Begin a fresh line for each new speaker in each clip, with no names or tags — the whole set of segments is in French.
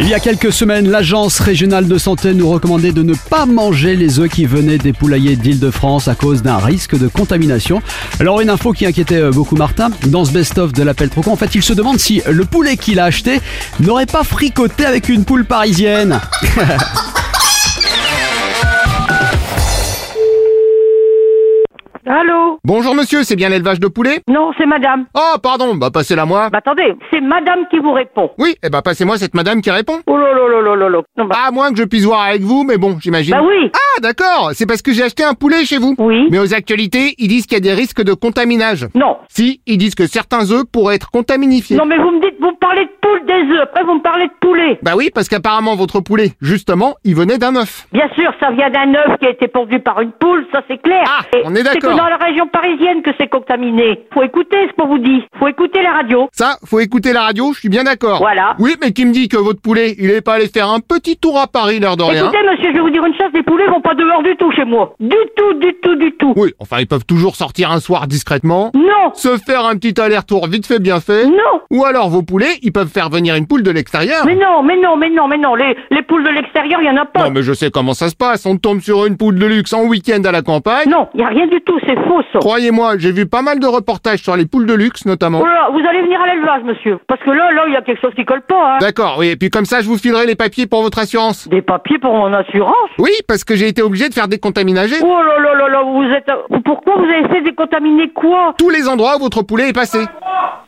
Il y a quelques semaines, l'Agence régionale de santé nous recommandait de ne pas manger les œufs qui venaient des poulaillers d'Île-de-France à cause d'un risque de contamination. Alors une info qui inquiétait euh, beaucoup Martin, dans ce best-of de l'appel trop con, en fait il se demande si le poulet qu'il a acheté n'aurait pas fricoté avec une poule parisienne.
Allô
Bonjour monsieur, c'est bien l'élevage de poulets
Non, c'est madame.
Oh pardon, bah passez-la moi.
Bah, attendez, c'est madame qui vous répond.
Oui, eh bah passez-moi cette madame qui répond.
Oh là là là là là là. Non, bah,
À moins que je puisse voir avec vous, mais bon, j'imagine.
bah oui
Ah d'accord, c'est parce que j'ai acheté un poulet chez vous.
Oui
Mais aux actualités, ils disent qu'il y a des risques de contaminage.
Non.
Si, ils disent que certains œufs pourraient être contaminifiés.
Non, mais vous me dites, vous me parlez de poule des œufs, après vous me parlez de poulet.
Bah oui, parce qu'apparemment votre poulet, justement, il venait d'un œuf.
Bien sûr, ça vient d'un œuf qui a été pondu par une poule, ça c'est clair.
Ah,
Et
on est d'accord.
C'est que dans la région parisienne que c'est contaminé. Faut écouter ce qu'on vous dit. Faut écouter la radio.
Ça, faut écouter la radio, je suis bien d'accord.
Voilà.
Oui, mais qui me dit que votre poulet, il est pas allé faire un petit tour à Paris l'air de rien
Écoutez, monsieur, je vais vous dire une chose, les poulets vont pas dehors du tout chez moi. Du tout, du tout, du tout.
Oui, enfin ils peuvent toujours sortir un soir discrètement.
Non
se faire un petit aller-retour vite fait bien fait.
Non
Ou alors vos poulets, ils peuvent faire venir une poule de l'extérieur.
Mais non, mais non, mais non, mais non. Les, les poules de l'extérieur, il y en a pas.
Non mais je sais comment ça se passe, on tombe sur une poule de luxe en week-end à la campagne.
Non, il n'y a rien du tout, c'est faux ça.
Croyez-moi, j'ai vu pas mal de reportages sur les poules de luxe notamment.
Oh là, vous allez venir à l'élevage, monsieur. Parce que là, là, il y a quelque chose qui colle pas, hein.
D'accord, oui, et puis comme ça je vous filerai les papiers pour votre assurance.
Des papiers pour mon assurance
Oui, parce que j'ai été obligé de faire décontaminager
Oh là là là là, vous êtes... Pourquoi vous avez fait décontaminer quoi
tous les endroits où votre poulet est passé.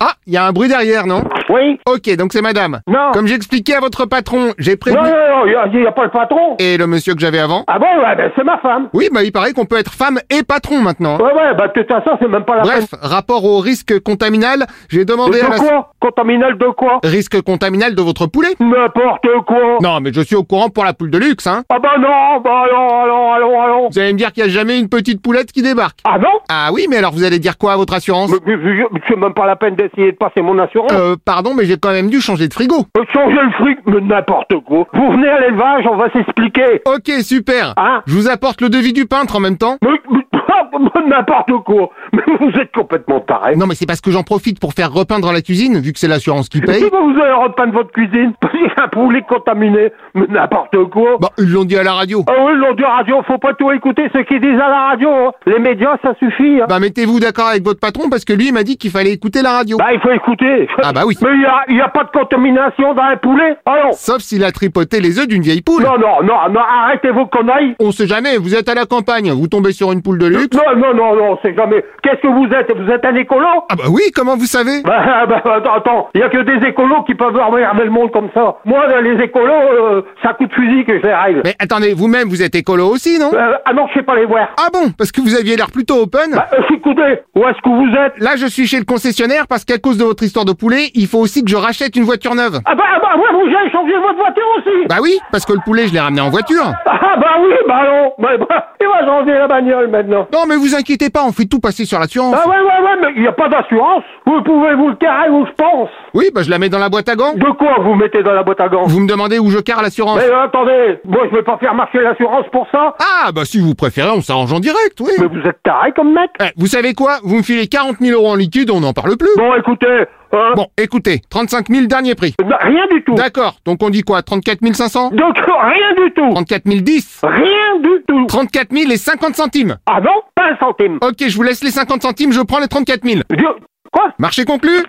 Ah, il y a un bruit derrière, non
Oui
Ok, donc c'est madame.
Non.
Comme j'expliquais à votre patron, j'ai
Non,
prévenu...
non, non, il n'y a, pas le patron.
Et le monsieur que j'avais avant
Ah bon, ouais, ben, c'est ma femme.
Oui, bah il paraît qu'on peut être femme et patron maintenant.
Ouais, ouais, bah, de toute façon, c'est même pas la
Bref, rapport au risque contaminal, j'ai
peine.
demandé à
De
la...
quoi Contaminal de quoi
Risque contaminal de votre poulet
N'importe quoi.
Non, mais je suis au courant pour la poule de luxe, hein.
Ah bah non, bah allons, allons, allons, allons.
Vous allez me dire qu'il n'y a jamais une petite poulette qui débarque.
Ah non
Ah oui, mais alors vous allez dire quoi à votre assurance
Mais- mais- mais- mais C'est même pas la peine d'essayer de passer mon assurance.
Euh, pardon, mais j'ai quand même dû changer de frigo.
Euh, Changer le fric, mais n'importe quoi. Vous venez à l'élevage, on va s'expliquer.
Ok, super.
Hein
Je vous apporte le devis du peintre en même temps.
Mais, mais- n'importe quoi. Mais vous êtes complètement taré.
Non, mais c'est parce que j'en profite pour faire repeindre la cuisine, vu que c'est l'assurance qui
Et
paye.
si vous allez repeindre votre cuisine, parce qu'il y a un poulet contaminé, mais n'importe quoi.
Bah, ils l'ont dit à la radio.
Ah oui, l'on dit radio, faut pas tout écouter ce qu'ils disent à la radio. hein. Les médias, ça suffit. hein. Bah,
Bah, mettez-vous d'accord avec votre patron parce que lui, il m'a dit qu'il fallait écouter la radio.
Bah, il faut écouter.
Ah bah oui.
Mais il y a, il y a pas de contamination dans un poulet. Allons.
Sauf s'il a tripoté les œufs d'une vieille poule.
Non, non, non, non, arrêtez vos conneries.
On sait jamais, vous êtes à la campagne, vous tombez sur une poule de luxe.
Non, non, non, non, c'est jamais. Qu'est-ce que vous êtes Vous êtes un écolo
Ah bah oui, comment vous savez
bah, bah, bah, attends, attends, il y a que des écolos qui peuvent emmerder le monde comme ça. Moi, les écolos, euh, ça coûte fusil que je les règle.
Mais attendez, vous-même vous êtes écolo aussi, non
Euh, ah non, je sais pas les voir.
Ah bon, parce que vous aviez l'air plutôt open
Bah, euh, écoutez, où est-ce que vous êtes
Là, je suis chez le concessionnaire parce qu'à cause de votre histoire de poulet, il faut aussi que je rachète une voiture neuve.
Ah bah, ah bah, ouais, vous avez changé votre voiture aussi
Bah oui, parce que le poulet, je l'ai ramené en voiture.
Ah bah oui, bah non bah, bah, Il va changer la bagnole maintenant
Non, mais vous inquiétez pas, on fait tout passer sur l'assurance.
Ah ouais, ouais, ouais, mais il n'y a pas d'assurance Vous pouvez vous le carrer où je pense
Oui, bah je la mets dans la boîte à gants.
De quoi vous mettez dans la boîte à gants
Vous me demandez où je carre l'assurance
Mais euh, attendez, moi je vais pas faire marcher l'assurance pour ça
Ah, bah si vous préférez, on s'arrange en direct, oui.
Mais vous êtes taré comme mec
Eh, vous savez quoi Vous me filez 40 000 euros en liquide, on n'en parle plus.
Bon, écoutez, hein,
Bon, écoutez, 35 000 dernier prix.
non, rien du tout
D'accord, donc on dit quoi 34 500
Donc, rien du tout
34 010
Rien du tout
34 000 et 50 centimes
Ah non Pas un centime
Ok, je vous laisse les 50 centimes, je prends les 34 000.
Dieu, Quoi
Marché conclu